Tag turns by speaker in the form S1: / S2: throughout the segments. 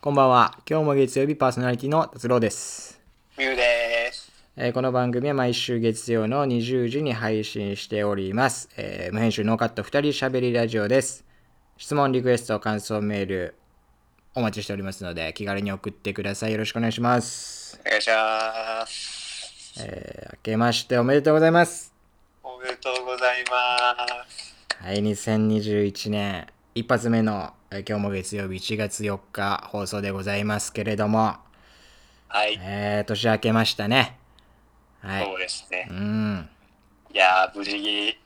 S1: こんばんは。今日も月曜日パーソナリティの達郎です、
S2: ミュウです。
S1: えーこの番組は毎週月曜の20時に配信しております。えー無編集ノーカット2人しゃべりラジオです。質問、リクエスト、感想、メールお待ちしておりますので気軽に送ってください。よろしくお願いします。
S2: お願いします。
S1: えー明けましておめでとうございます。
S2: おめでとうございます。
S1: はい、2021年一発目の、えー今日も月曜日1月4日放送でございますけれども、
S2: はい、
S1: えー、年明けましたね。はい。
S2: そうですね
S1: う。ん。
S2: いやー、無事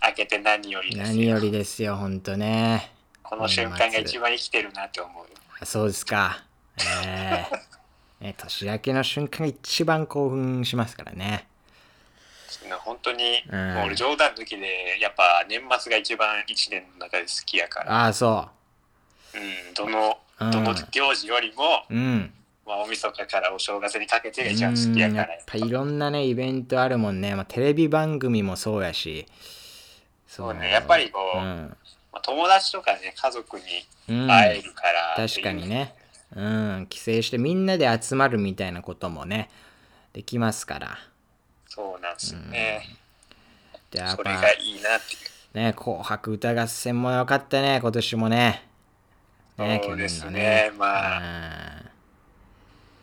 S2: 開けて何よりですよ。
S1: 何よりですよ、ほんとね。
S2: この瞬間が一番生きてるなって思うよ。
S1: あそうですか。えーね年明けの瞬間が一番興奮しますからね。
S2: 本当に、
S1: うん
S2: もう俺冗談抜きで、やっぱ年末が一番一年の中で好きやから、
S1: ああ、そ
S2: うん、どの
S1: うん、
S2: どの行事よりも、
S1: う。うん。
S2: まあ、大晦日からお正月にかけてが一番好き
S1: う
S2: や
S1: ん
S2: か
S1: やっ
S2: ら。
S1: ぱいろんなね、イベントあるもんね。まあ、テレビ番組もそうやし。
S2: そうね、やっぱりこう、
S1: うん。
S2: まあ、友達とかね、家族に
S1: うん、
S2: 会えるから、
S1: 確かに。ね。うん。帰省してみんなで集まるみたいなこともね、できますから。
S2: そうなんですよね。
S1: じゃあやっ
S2: それ
S1: ぱ
S2: がいいなっていう。
S1: ね、紅白歌合戦も良かったね、今年もね。
S2: そうですねま
S1: あ、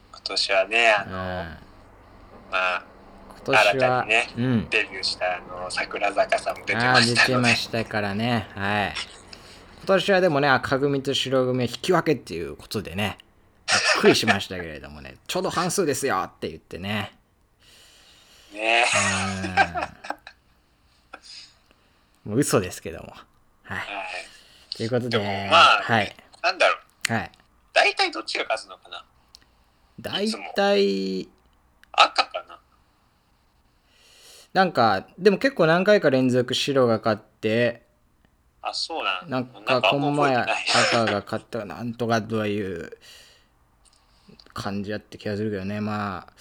S2: 今年はね、あ
S1: うん
S2: の、まあ、
S1: 今年
S2: 新た
S1: は、
S2: にね
S1: うん。
S2: デビューしたあの桜坂さんも出て
S1: あ
S2: ま
S1: あ
S2: し
S1: 出
S2: た
S1: て
S2: の
S1: ま
S2: で、
S1: したからね。はい。今年はでもね、赤組と白組は引き分けっていうことでね、びっくりしましたけれどもね、 ちょうど半数ですよって言ってね。
S2: ね、
S1: うん。もう嘘ですけども。はい。
S2: はい
S1: ということ
S2: で
S1: で、
S2: もまあ
S1: はい。
S2: なんだろう、
S1: はい。
S2: 大体どっちが勝つのかな
S1: 大体、
S2: 赤かな
S1: なんか、でも結構何回か連続白が勝って、
S2: あ、そうなん
S1: なん
S2: な
S1: か
S2: んかあ
S1: こ
S2: ん
S1: の
S2: ま覚え
S1: 前
S2: てない。
S1: 赤が勝ったなんとかとはいう感じやって気がするけどね、まあ。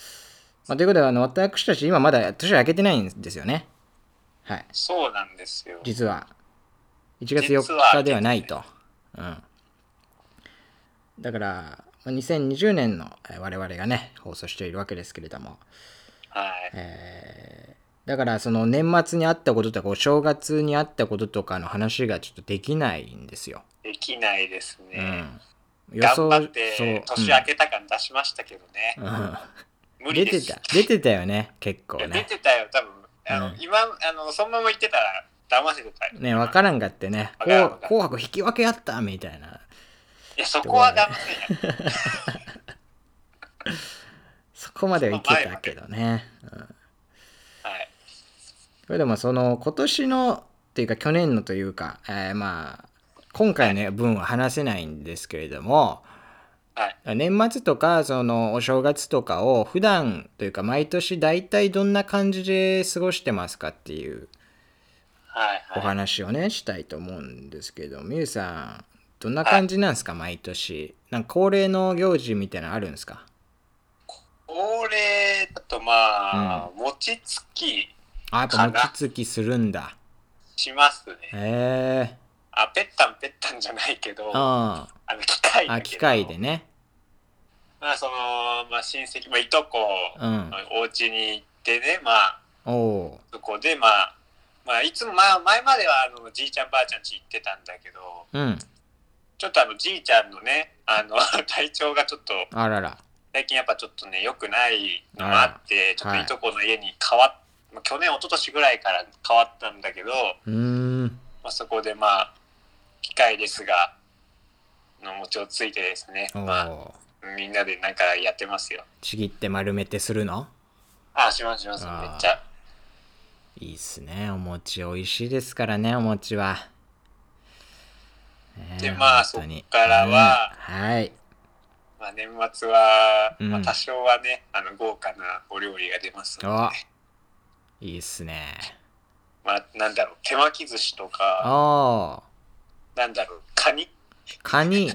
S1: まあ、ということで、あの私たち今まだ年は明けてないんですよね。はい。
S2: そうなんですよ。
S1: 実は。1月
S2: 実は
S1: 4日ではないと。うん。だから、まあ2020年のえー我々がね、放送しているわけですけれども。
S2: はい。
S1: えーだからその年末にあったこととかお正月にあったこととかの話がちょっとできないんですよ。
S2: できないです
S1: う
S2: ね。
S1: ん、
S2: 頑張っ
S1: そう
S2: て年明けた感出しましたけどね。
S1: うんうん
S2: 無理
S1: 出
S2: で
S1: て
S2: す。
S1: た出てたよね結構
S2: いや出
S1: ね。
S2: てたよ、多分。あの、
S1: うん
S2: 今、あの、そのまま言ってたら騙せてたよ。
S1: ね分からんかってね「
S2: わからんわ
S1: 紅
S2: からん
S1: 紅白引き分けやった」みたいない
S2: や、そこは騙せない。
S1: そこまではいけたけどね。うん
S2: はい。
S1: これでもその今年のっていうか去年のというか、えーまあ今回の分は話せないんですけれども、
S2: はい。
S1: 年末とかそのお正月とかを普段というか毎年大体どんな感じで過ごしてますかっていう
S2: はい、
S1: お
S2: はい。
S1: 話をねしたいと思うんですけどみゆさんどんな感じなんですか毎年なんか恒例の行事みたいなのあるんですか
S2: 恒例だとまあ、餅つき
S1: あやっぱ餅つきするんだ
S2: しますね。
S1: へえ
S2: あ、ぺったんぺったんじゃないけど、あ
S1: あ
S2: の機械
S1: あ
S2: だ
S1: あ
S2: けど
S1: 機械で。ね
S2: まあ、その、まあ、親戚、まあ、いとこ
S1: うん
S2: のお家に行ってね、まあ、
S1: おお
S2: そこで、まあ、まあ、いつも、まあ、前まではあのじいちゃんばあちゃん家行ってたんだけど、
S1: ううん
S2: ちょっとあのじいちゃんのね、あの 体調がちょっと、
S1: あらら
S2: 最近やっぱちょっとね、良くないのもあって、ちょっと
S1: はい
S2: いとこの家に変わっ、まあ去年、一昨年ぐらいから変わったんだけど、
S1: うーん
S2: まあ、そこでまあ機械ですがの餅をついてですね、
S1: お
S2: ま
S1: お
S2: あ、みんなでなんかやってますよ
S1: ちぎって丸めてするの
S2: あしますしますめ
S1: あー
S2: っちゃ
S1: いいっすね。お餅美味しいですからね、お餅は。ねえ
S2: でまあ
S1: 本当に
S2: そっからは
S1: うんはい。
S2: まあ、年末は、
S1: うん
S2: まあ、多少はねあの豪華なお料理が出ますので、
S1: おいいっすね。
S2: まあ、なんだろう手巻き寿司とか
S1: おー
S2: なんだろうカニい
S1: カニ。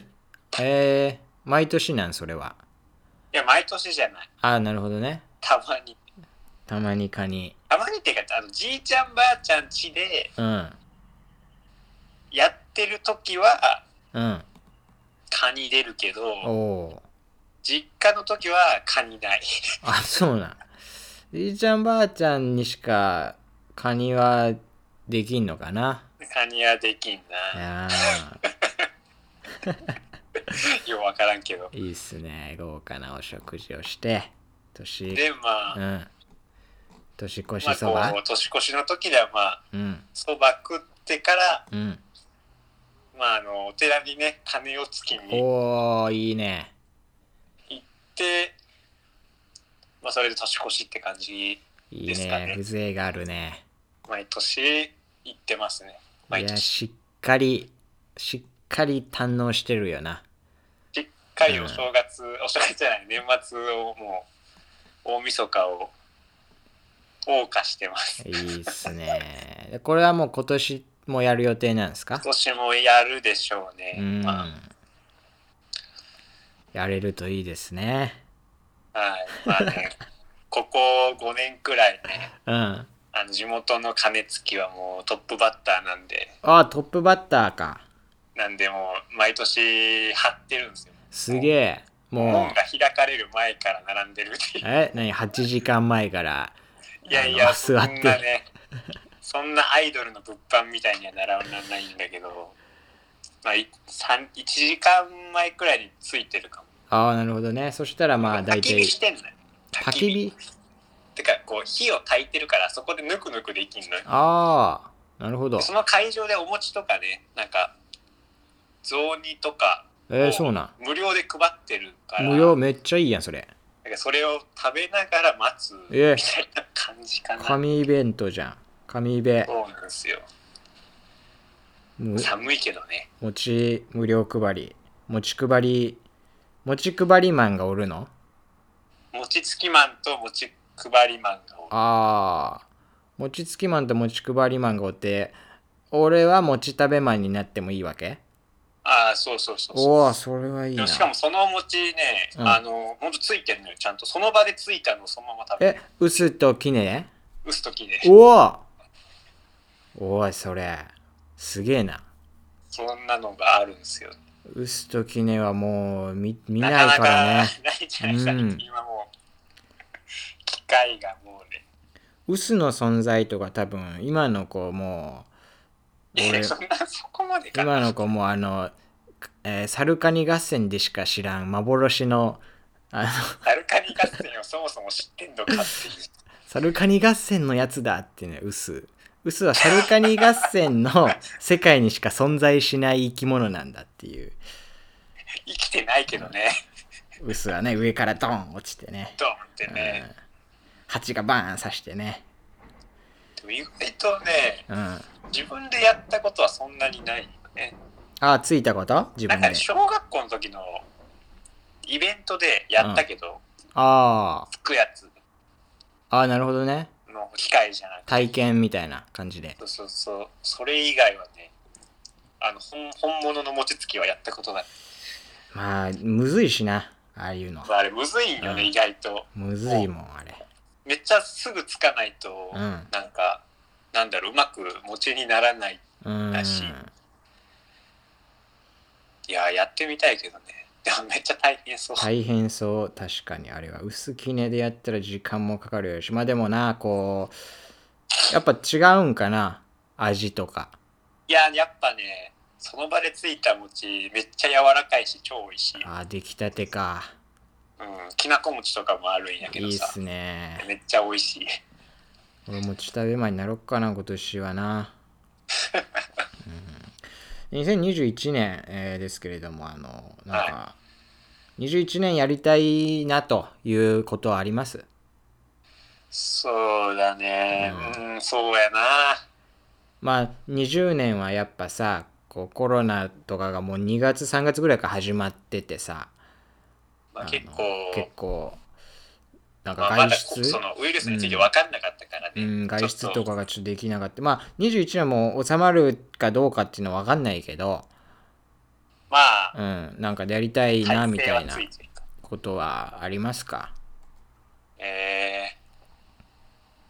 S1: えー、毎年なん、それは。
S2: や毎年じゃない
S1: あーなるほどね。
S2: たまに
S1: たまにカニ。
S2: たまにっていうかあのじいちゃんばあちゃん家で
S1: うん。
S2: やってる時は
S1: うん。
S2: カニ出るけ
S1: お
S2: ど、
S1: お
S2: 実家の時はカニない。
S1: ー。あ、そうなん。じいちゃんばあちゃんにしかカニはできんのかな。
S2: カニはできん
S1: い
S2: な。
S1: や
S2: ようわからんけど。
S1: ー、いいっすね。豪華なお食事をして、年、
S2: で、まあ、
S1: うん。年越
S2: ま
S1: し
S2: あ、
S1: そば
S2: こう、年越しの時では、まあ、
S1: うん。
S2: そば食ってから、
S1: うん。
S2: まあ、あの、お寺にね、金をつきに行っ
S1: おー、いいね。
S2: て、まあ、それで年越しって感じ、
S1: いい
S2: ですか
S1: ね
S2: ね。
S1: 風情があるね。
S2: 毎年行ってますね。
S1: い
S2: 毎
S1: や、
S2: 年。
S1: しっかり、しっかり堪能してるよな。
S2: しっかりお正月、お正月じゃない、年末をもう、大晦日を、謳歌して ます。
S1: いいっすね。でこれはもう今年もやる予定なんですか
S2: 今年もやるでしょうね。
S1: うん
S2: まあ。
S1: やれるといいですね。
S2: はい、まあね、ここ5年くらいね、
S1: うん。
S2: あの地元の金付きはもうトップバッターなんで、
S1: あ、トップバッターか。
S2: なんでもう毎年張ってるんですよ。
S1: すげえ。も
S2: 門
S1: う
S2: が、開かれる前から並んでるっていう。
S1: え、何 ?8 時間前から。
S2: いやい
S1: あ
S2: や、
S1: の
S2: そんな
S1: 座って
S2: ね、そんなアイドルの物販みたいには並ばないんだけど、まあ、1時間前くらいについてるかも。
S1: ああ、なるほどね。そしたらまあ
S2: 焚
S1: 大
S2: き火
S1: 体、
S2: してんのよ。
S1: 焚き火
S2: てか、こう、火を焚いてるから、そこでぬくぬくできんのよ。
S1: ああ、なるほど
S2: で。その会場でお餅とかねなんか雑煮とか
S1: えー、そうなん。
S2: 無料で配ってるから
S1: 無料めっちゃいいやん、それ。
S2: なんかそれを食べながら待つみた
S1: え
S2: いな感じかな、
S1: 神イベントじゃん。神イベ。
S2: そうなんですよ
S1: む
S2: 寒いけどね
S1: 餅無料配り。餅配り、餅配りマンがおるの
S2: 餅つきマンと餅配りマンがおる
S1: ああ、餅つきマンと餅配りマンがおって、俺は餅食べマンになってもいいわけ
S2: ああそうそうそうそう
S1: おお、それはいい
S2: で
S1: な
S2: も。しかもそのお餅ね、
S1: うん
S2: あのほんとついてるのよちゃんとその場でついたのをそのまま食べる
S1: え、うすときね
S2: 打つ時で
S1: おおおい、それ、すげえな。
S2: そんなのがあるんですよ
S1: うすときねはもう見見
S2: な
S1: な
S2: か
S1: い
S2: な
S1: か
S2: から
S1: ね。
S2: ないじゃないですか、
S1: うん
S2: 今もう機械がもうね
S1: うすの存在とか多分、今の子もう、
S2: いや
S1: 俺
S2: そんなそこまでかな
S1: 今の子もあの、えーサルカニ合戦でしか知らん幻の、あの、
S2: アルカニ合戦をそもそも知ってんのかっていう
S1: サルカニ合戦のやつだってね、ウス。ウスはサルカニ合戦 の世界にしか存在しない生き物なんだっていう。
S2: 生きてないけどね
S1: ウスはね、上からドン落ちてね。
S2: ドンって
S1: うん
S2: ね、
S1: 蜂がバーン刺してね。
S2: でも意外とね
S1: うん。あ
S2: 自分でやったことはそんなにないよね
S1: あ、ついたこと自
S2: な
S1: 分
S2: ん
S1: で。
S2: か小学校の時のイベントでやったけど、
S1: あ
S2: つくやつ
S1: あ。ああ、なるほどね。
S2: の機械じゃなくて
S1: 体験みたいな感じで。
S2: そうそうそうそれ以外はねあの本本物の餅つきはやったことない
S1: まあ、むずいしな。ああいうの。
S2: あれむずいんよね、
S1: うん
S2: 意外と
S1: むずいもん、あれ。
S2: めっちゃすぐつかないと、
S1: うん
S2: なんかなんだろううまく餅にならないう
S1: ーん。
S2: だしいややってみたいけどね でもめっちゃ大変そう、
S1: 大変そう確かにあれは薄きねでやったら時間もかかるしまあでもなこうやっぱ違うんかな味とか
S2: いややっぱねその場でついた餅めっちゃ柔らかいし超美味しい、
S1: あー出来たてか
S2: うん、きなこ餅とかもあるんやけ
S1: い
S2: ど
S1: いっ
S2: さ
S1: すね
S2: めっちゃ美味しい
S1: 俺もち食べ前になろっかな今年はな、うん、2021年、えーですけれどもあのなんか、21年やりたいなということはあります
S2: そうだね
S1: う
S2: うん、そうやな
S1: まあ20年はやっぱさこうコロナとかがもう2月3月ぐらいから始まっててさ
S2: まあ、
S1: あの
S2: 結構
S1: 結構なん
S2: ま
S1: か
S2: あ、ま
S1: 外
S2: だこ
S1: 出
S2: そ、のウイルスについて分かんなかったから
S1: う
S2: ね、
S1: ん、外出と
S2: か
S1: かがちょっとできなかったまあ21年も収まるかどうかっていうのは分かんないけど、
S2: まあ
S1: うん、なんかやりたいな
S2: 体
S1: み
S2: 勢
S1: た
S2: はい
S1: な
S2: ついてるか
S1: ことはありますか
S2: えー、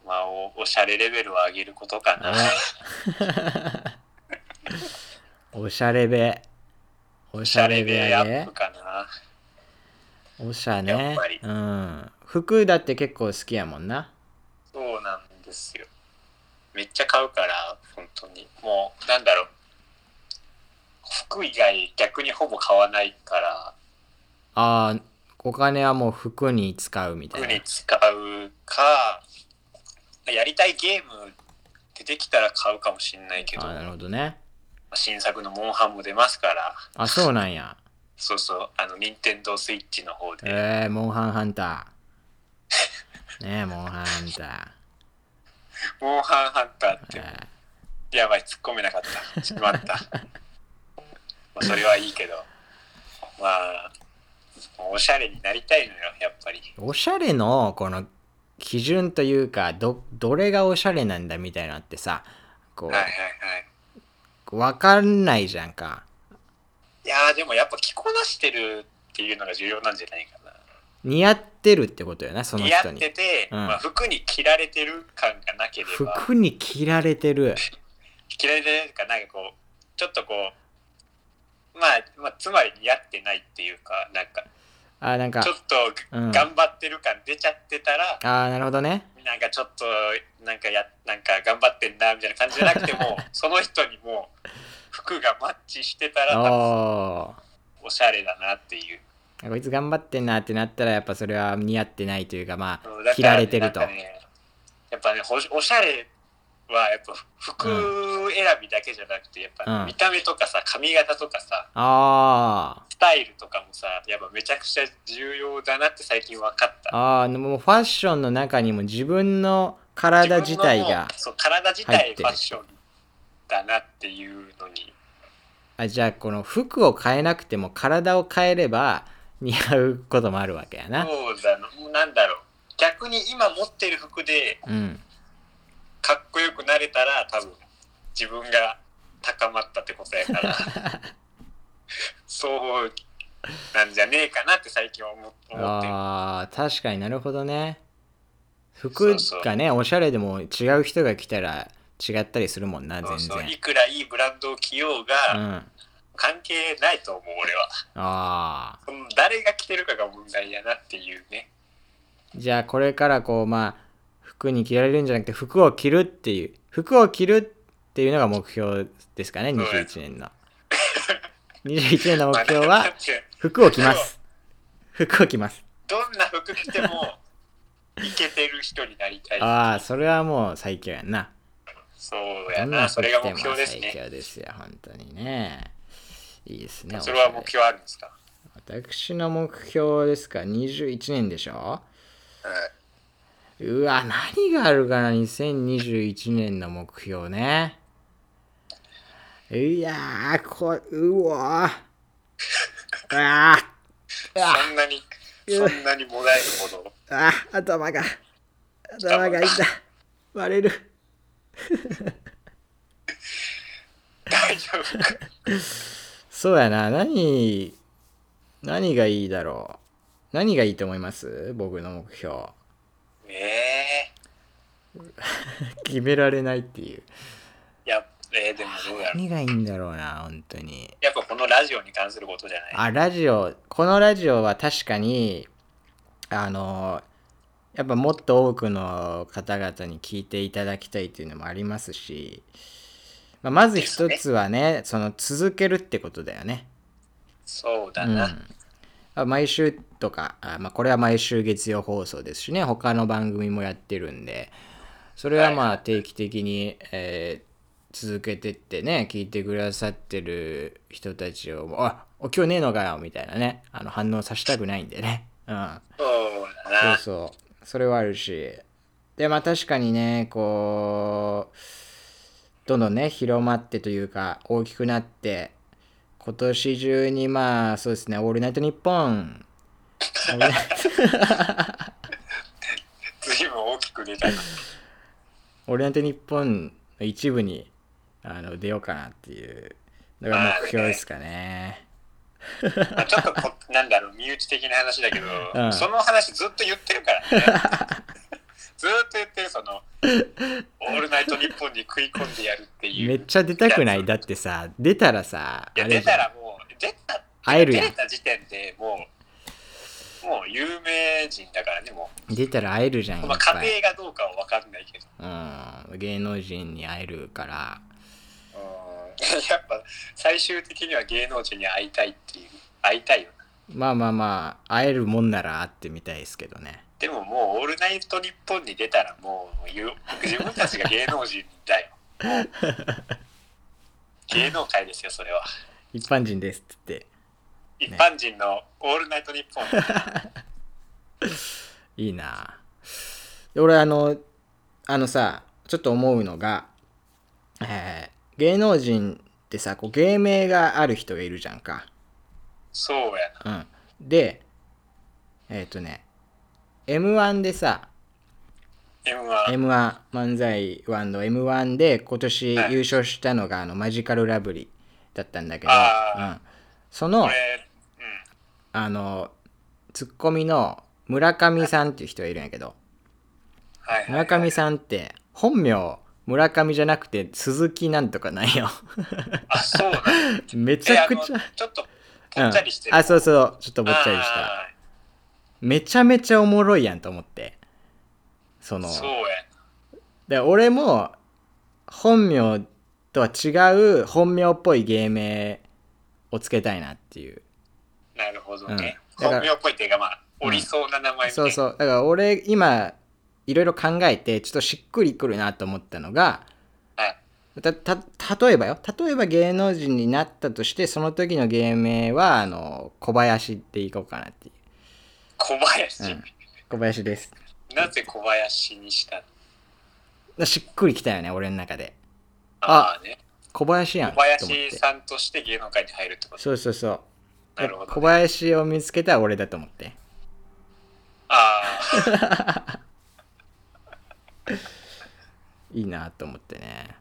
S2: まあおおしゃれレベルを上げることかな
S1: あおしゃれべお
S2: お
S1: し
S2: し
S1: ゃ
S2: ゃ
S1: れ
S2: れ
S1: 部
S2: 部
S1: 屋
S2: 屋
S1: で
S2: アップかな。
S1: おしゃ
S2: や
S1: ね
S2: っぱり
S1: うん服だって結構好きやもんな
S2: そうなんですよ。めっちゃ買うから、本当に。もう、なんだろう。服以外逆にほぼ買わないから、
S1: あーお金はもう服に使うみた
S2: 服
S1: いな
S2: に使うか、やりたいゲーム出てきたら買うかもしんないけど
S1: あ、ーなるほどね
S2: 新作のモンハンも出ますから、
S1: あそうなん や
S2: そうそう、あの、任天堂スイッチの方で。
S1: えー、モンハンハンタ ーねえモンハンハンタ
S2: モンハンハンターっ
S1: ー、
S2: て、
S1: え
S2: やばい、突っ込めなかった。しまった。まあそれはいいけど、まあ、おしゃれになりたいのよ、やっぱり。
S1: ーおしゃれのこの基準というかどどれがおしゃれなんだみたいなのってさこ
S2: はいはいはいう
S1: 分かんないじゃんか。
S2: いやーでもやっぱ着こなしてるっていうのが重要なんじゃないかな。
S1: 似合ってるってことよなその
S2: 似合
S1: 人
S2: っ
S1: に
S2: てて、
S1: うん
S2: まあ、服に着られてる感がなければ、
S1: 服に着られてる
S2: 着られてるかなんかこう、ちょっとこう、まあ、まあ、つまり似合ってないっていうか、なんか、
S1: あなんか
S2: ちょっと
S1: うん
S2: 頑張ってる感出ちゃってたら、
S1: あーなるほどね
S2: なんかちょっとなんかやなんか頑張ってんなみたいな感じじゃな くてもその人にもう服がマッチしてたら多
S1: お
S2: 分おしゃれだなっていう
S1: ーこいつ頑張ってんなってなったらやっぱそれは似合ってないというかま
S2: うん
S1: あ
S2: だ
S1: 着
S2: から
S1: れてると、
S2: なんかねやっぱねほしおしゃれはやっぱ服選びだけじゃなくてやっ
S1: うん
S2: ぱ見た目とかさ髪型とかさ
S1: あ
S2: スタイルとかもさやっぱめちゃくちゃ重要だなって最近分かった
S1: ーあーもうファッションの中にも自分の体自体
S2: 自分の
S1: が
S2: もうそう体自
S1: 入って
S2: 体フ
S1: る
S2: ァッションだなっていうのに
S1: あじゃあこの服を変えなくても体を変えれば似合うこともあるわけやな
S2: そうだな、なんだろう。逆に今持ってる服で
S1: うん
S2: かっこよくなれたら、多分自分が高まったってこと やから、そうなんじゃねえかなって最近は思思ってる。
S1: あー確かになるほどね
S2: そ
S1: 服
S2: うそう
S1: がねおしゃれでも違う人が来たら違ったりするもんな
S2: そ
S1: 全
S2: うそう
S1: 然
S2: いくらいいブランドを着よう
S1: う
S2: が、
S1: んあ
S2: 関係ないと思う俺は
S1: あ
S2: その誰が着てるかが問題やなっていうね
S1: ーじゃあこれからこうまあ服に着られるんじゃなくて服を着るっていう服を着るっていうのが目標ですかね
S2: そうで
S1: 21年の21年の目標
S2: まあな
S1: は
S2: んていう
S1: 服を着ます服を着ます
S2: どんな服着てもいけてる人になりたい
S1: ああそれはもう最強やんな
S2: そう
S1: ど
S2: や
S1: ん
S2: な
S1: な
S2: そ
S1: 服
S2: れ
S1: 着
S2: が
S1: て
S2: 目
S1: も
S2: 標です
S1: 最
S2: ね
S1: 強ですよ本当にねいいですね
S2: それは目
S1: おしゃれ
S2: 標あるんですか、
S1: 私の目標ですか21年でしょうわ何があるかな2021年の目標ねいやーこう わーあーあ
S2: そんなにそんなにもらえるほど
S1: ーあー頭が頭が痛い割れる
S2: 大丈 夫か
S1: そうやな何何がいいだろう何がいいと思います僕の目標
S2: え
S1: 決められないっていう
S2: えいやえー、でもどうやろう
S1: 何がいいんだろうな本当に
S2: やっぱこのラジオに関することじゃない
S1: あラジオこのラジオは確かにあのやっぱもっと多くの方々に聞いていただきたいというのもありますし、まあ、まず一つはねその続けるってことだよね。
S2: そうだ
S1: うん
S2: な、
S1: あ、毎週とかあ、まあ、これは毎週月曜放送ですしね他の番組もやってるんでそれはまあ定期的に、えー続けてってね聞いてくださってる人たちを「あお今日ねえのかよ」みたいなねあの反応させたくないんでね、うん、
S2: そうだ
S1: そう
S2: な
S1: そうそれはあるしでまあ確かにねこうどんどんね広まってというか大きくなって今年中にまあそうですね「オールナイトニッポン」 オールナイ
S2: 随分大きく出たな
S1: 「オールナイトニッポン」の一部にあの出ようかなっていうのが目標ですかね。
S2: まあちょっとこなんだろう身内的な話だけど、
S1: うん
S2: その話ずっと言ってるからね ずっと言ってるその「オールナイトニッポン」に食い込んでやるっていう
S1: めっちゃ出たくな
S2: や
S1: い
S2: つ
S1: だってさ出たらさ
S2: いや
S1: あれ
S2: 出
S1: じゃ
S2: た
S1: ん
S2: らもう出た、
S1: 会える
S2: 出
S1: や
S2: れた時点でもう、もう有名人だからね、も
S1: ん。出たら会えるじゃん、
S2: う。
S1: や
S2: ま
S1: っ
S2: あ、
S1: ぱり。
S2: 家庭がどうかは分かんないけど。
S1: うん。芸能人に会えるから。
S2: うんやっぱ、最終的には芸能人に会いたいっていう、会いたいよな。
S1: まあまあまあ、会えるもんなら会ってみたいですけどね。
S2: でももう、オールナイト日本に出たらもう、言う自分たちが芸能人だ よ。芸能界ですよ、それは。
S1: 一般人ですって
S2: 一般人のオールナイト日本。
S1: 言って。いいなで俺、あの、あのさ、ちょっと思うのが、えー芸能人ってさ、こう芸名がある人がいるじゃんか。
S2: そうやな。
S1: うん。で、えっ、とね、M1 でさ、
S2: M は、
S1: M1 漫才1の M1 で今年
S2: はい
S1: 優勝したのがあのマジカルラブリーだったんだけど、う
S2: あ
S1: ん、その
S2: これ、うん。
S1: あのツッコミの村上さんっていう人がいるんやけど
S2: はいはいは
S1: 村
S2: い
S1: 上さんって本名村上じゃなくて鈴木なんとかなん よ
S2: あ、そ うなんだ。
S1: めち
S2: え
S1: ゃ
S2: あ
S1: く
S2: の
S1: ちゃ、
S2: ちょっと、
S1: う
S2: ぽ
S1: ん
S2: っちゃりして、る。
S1: あそうそうちょっとぼっちゃりした
S2: あ
S1: めちゃめちゃおもろいやんと思ってそ
S2: ー
S1: の
S2: そうや
S1: で俺も本名とは違う本名っぽい芸名をつけたいなっていう
S2: な。なるほどね。
S1: うんだから
S2: 本名っぽいっていうか、まあ、おりそうな名前ね。
S1: そうそうだから俺今いろいろ考えてちょっとしっくりくるなと思ったのが
S2: はい。
S1: たた例えばよ例えば芸能人になったとしてその時の芸名はあの小林っていこうかなっていう
S2: 小林、
S1: うん小林です
S2: なぜ小林にしたの
S1: しっくりきたよね俺の中で
S2: ああね。
S1: 小林やん
S2: 小
S1: と思って
S2: 林さんとして芸能界に入るってこと
S1: そうそうそう
S2: なるほど
S1: 小
S2: ね、
S1: 林を見つけたら俺だと思って
S2: ああ、
S1: いいなと思ってね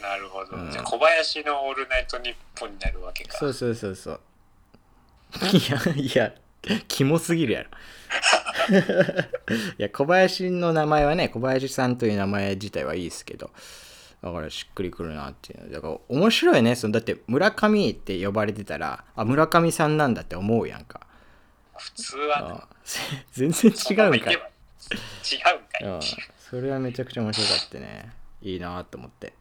S2: なるほど。
S1: うん
S2: じゃあ小林のオールナイト日本になるわけか。
S1: そうそうそうそういやいやキモすぎるやろ いや小林の名前はね小林さんという名前自体はいいですけどだからしっくりくるなっていうのだから面白いねそのだって村上って呼ばれてたらあ村上さんなんだって思うやんか
S2: 普通は、ね、
S1: あ 全然違うんか
S2: 違
S1: いう
S2: 違うんかい。
S1: うんそれはめちゃくちゃ面白かったねいいなと思って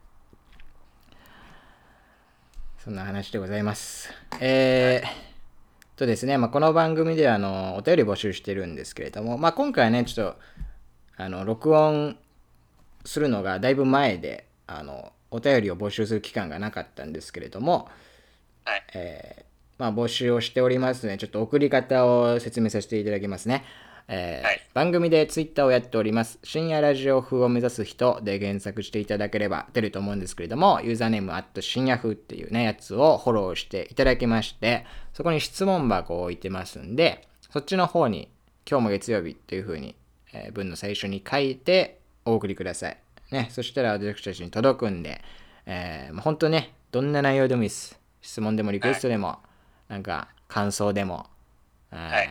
S1: そんな話でございますえー、とですね、まあ、この番組ではあのお便り募集してるんですけれども、まあ、今回はねちょっとあの録音するのがだいぶ前であのお便りを募集する期間がなかったんですけれども、
S2: はい
S1: えーまあ、募集をしておりますのでちょっと送り方を説明させていただきますね、えー
S2: はい
S1: 番組でツイッターをやっております深夜ラジオ風を目指す人で検索していただければ出ると思うんですけれどもユーザーネームアット深夜風っていうねやつをフォローしていただきましてそこに質問箱を置いてますんでそっちの方に今日も月曜日っていう風に、えー文の最初に書いてお送りください。ね、そしたら私たちに届くんで、えー、まあ本当ね、どんな内容でもいいです。質問でもリクエストでも、なんか感想でも、えー
S2: はい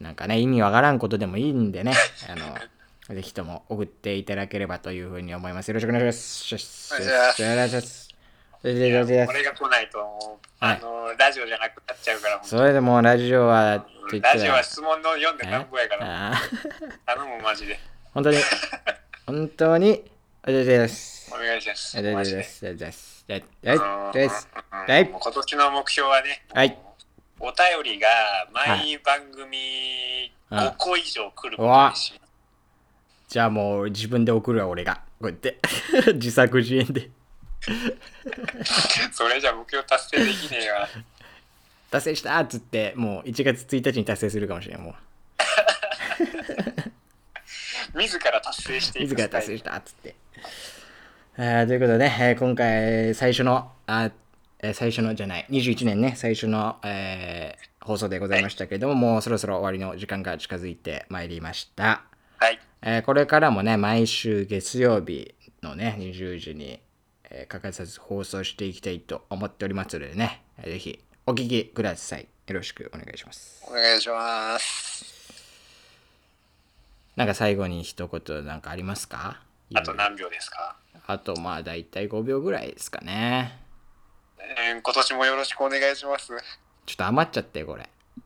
S1: なんかね、意味わからんことでもいいんでね、あの、ぜひとも送っていただければというふうに思います。よろしくお願いします。
S2: お願いし
S1: よろ
S2: ます
S1: しくお願いします。よろしくお
S2: いや
S1: 願いします
S2: これが来ないともう、
S1: はい
S2: あのラジオじゃなくなっちゃうから、
S1: それでもうラジオは、と言ったら
S2: ラジオは質問の読んでなんぼやから、
S1: あー
S2: 頼むマジで。
S1: 本当に、本当に、ありがとうございます
S2: お。願いします。
S1: ありが
S2: マ
S1: とう
S2: ジ
S1: ございま。
S2: です
S1: ありがとうございます。ありが
S2: う
S1: とうございます。
S2: ん
S1: はい
S2: もう今年の目標はね、
S1: はい
S2: もうお便りが毎番組
S1: はい
S2: 5個以上来るこ
S1: うわ
S2: とにしよう
S1: じゃあもう自分で送るわ、俺が。こうやって。自作自演で。
S2: それじゃ目標達成できねえわ。
S1: 達成したっつって、もう1月1日に達成するかもしれん。も
S2: 自ら達成し
S1: う、
S2: ていく
S1: 自
S2: スタ
S1: ら
S2: イル。
S1: 達成したっつって。あーということでね、えー今回最初の、あえー最初のじゃない、21年ね、最初の、えー放送でございましたけれども、もうそろそろ終わりの時間が近づいてまいりました。
S2: はい。
S1: えーこれからもね、毎週月曜日のね、20時に、えー欠かさず放送していきたいと思っておりますのでね、えーぜひお聞きください。よろしくお願いします。
S2: お願いします。
S1: なんか最後に一言なんかありますか
S2: あと何秒ですか
S1: あとまあ大体5秒ぐらいですかね。
S3: えー今年もよろしくお願いします。
S2: ちょっと余っちゃって、これ。